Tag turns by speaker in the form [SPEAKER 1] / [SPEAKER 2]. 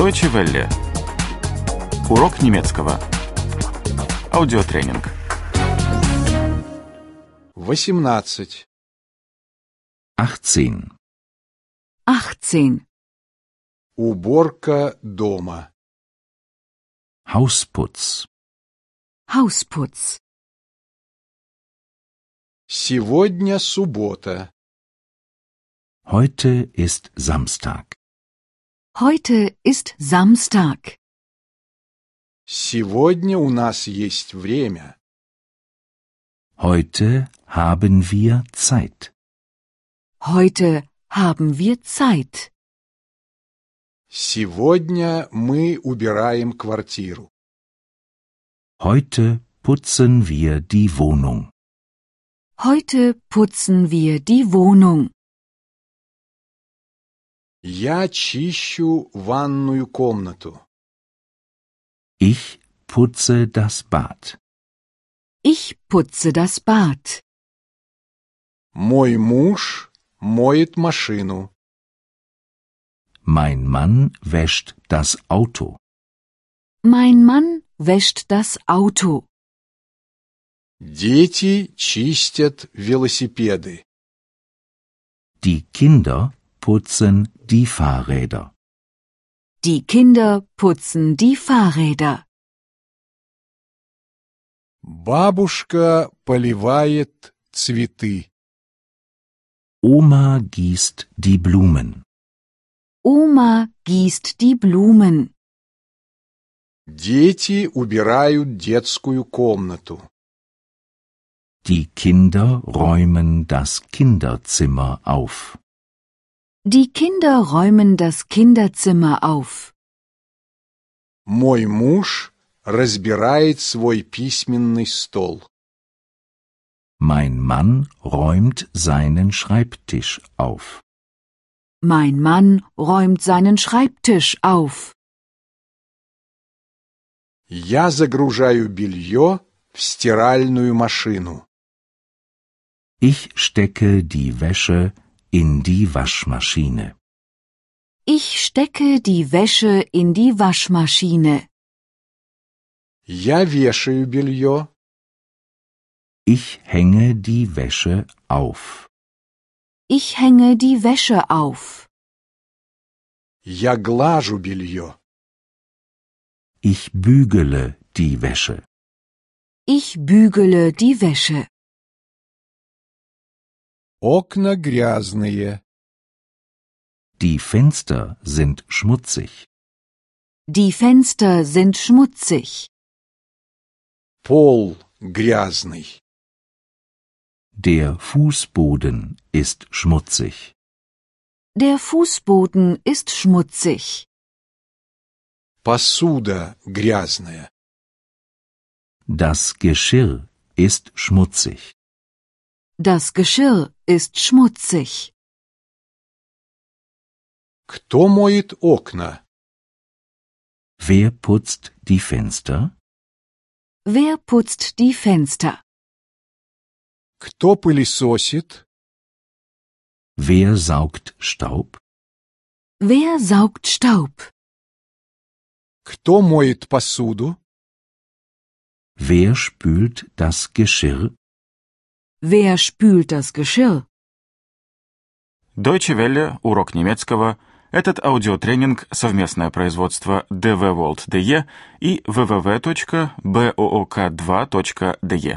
[SPEAKER 1] Deutsche Welle. Урок немецкого. Аудиотренинг.
[SPEAKER 2] 18.
[SPEAKER 3] 18.
[SPEAKER 4] 18.
[SPEAKER 2] Уборка дома.
[SPEAKER 3] Hausputz.
[SPEAKER 4] Hausputz.
[SPEAKER 2] Сегодня суббота.
[SPEAKER 3] Heute ist Samstag.
[SPEAKER 4] Heute ist Samstag.
[SPEAKER 2] Сегодня у нас есть время.
[SPEAKER 3] Heute haben wir Zeit.
[SPEAKER 4] Heute haben wir Zeit.
[SPEAKER 2] Сегодня мы убираем квартиру.
[SPEAKER 3] Heute putzen wir die Wohnung.
[SPEAKER 4] Heute putzen wir die Wohnung.
[SPEAKER 2] Я чищу ванную комнату.
[SPEAKER 3] Ich putze das Bad.
[SPEAKER 4] Ich putze das Bad.
[SPEAKER 2] Мой муж моет машину.
[SPEAKER 3] Mein Mann wäscht das Auto.
[SPEAKER 4] Mein Mann wäscht das Auto.
[SPEAKER 2] Дети чистят велосипеды.
[SPEAKER 3] Die Kinder putzen die Fahrräder.
[SPEAKER 4] Die Kinder putzen die Fahrräder.
[SPEAKER 2] Бабушка поливает цветы.
[SPEAKER 3] Oma gießt die Blumen.
[SPEAKER 4] Oma gießt die Blumen.
[SPEAKER 2] Дети убирают детскую комнату.
[SPEAKER 3] Die Kinder räumen das Kinderzimmer auf.
[SPEAKER 4] Die Kinder räumen das Kinderzimmer auf.
[SPEAKER 2] Мой муж разбирает свой письменный стол.
[SPEAKER 3] Mein Mann räumt seinen Schreibtisch auf.
[SPEAKER 4] Mein Mann räumt seinen Schreibtisch auf.
[SPEAKER 2] Я загружаю белье в стиральную машину.
[SPEAKER 3] Ich stecke die Wäsche in die Waschmaschine.
[SPEAKER 4] Ich stecke die Wäsche in die Waschmaschine.
[SPEAKER 2] Я вешаю белье.
[SPEAKER 3] Ich hänge die Wäsche auf.
[SPEAKER 4] Ich hänge die Wäsche auf.
[SPEAKER 2] Я глажу белье.
[SPEAKER 3] Ich bügele die Wäsche.
[SPEAKER 4] Ich bügele die Wäsche.
[SPEAKER 2] Окна грязные.
[SPEAKER 3] Die Fenster sind schmutzig.
[SPEAKER 4] Die Fenster sind schmutzig.
[SPEAKER 2] Пол грязный.
[SPEAKER 3] Der Fußboden ist schmutzig.
[SPEAKER 4] Der Fußboden ist schmutzig.
[SPEAKER 2] Посуда грязная.
[SPEAKER 3] Das Geschirr ist schmutzig.
[SPEAKER 4] Das Geschirr ist schmutzig.
[SPEAKER 2] Кто моет окна?
[SPEAKER 3] Wer putzt die Fenster?
[SPEAKER 4] Wer putzt die Fenster?
[SPEAKER 2] Кто пылесосит?
[SPEAKER 3] Wer saugt Staub?
[SPEAKER 4] Wer saugt Staub?
[SPEAKER 2] Кто моет посуду?
[SPEAKER 3] Wer spült das Geschirr?
[SPEAKER 4] Wer spült das Geschirr?
[SPEAKER 1] Deutsche Welle. Урок немецкого. Этот аудиотренинг – совместное производство DW World DE и www.book2.de.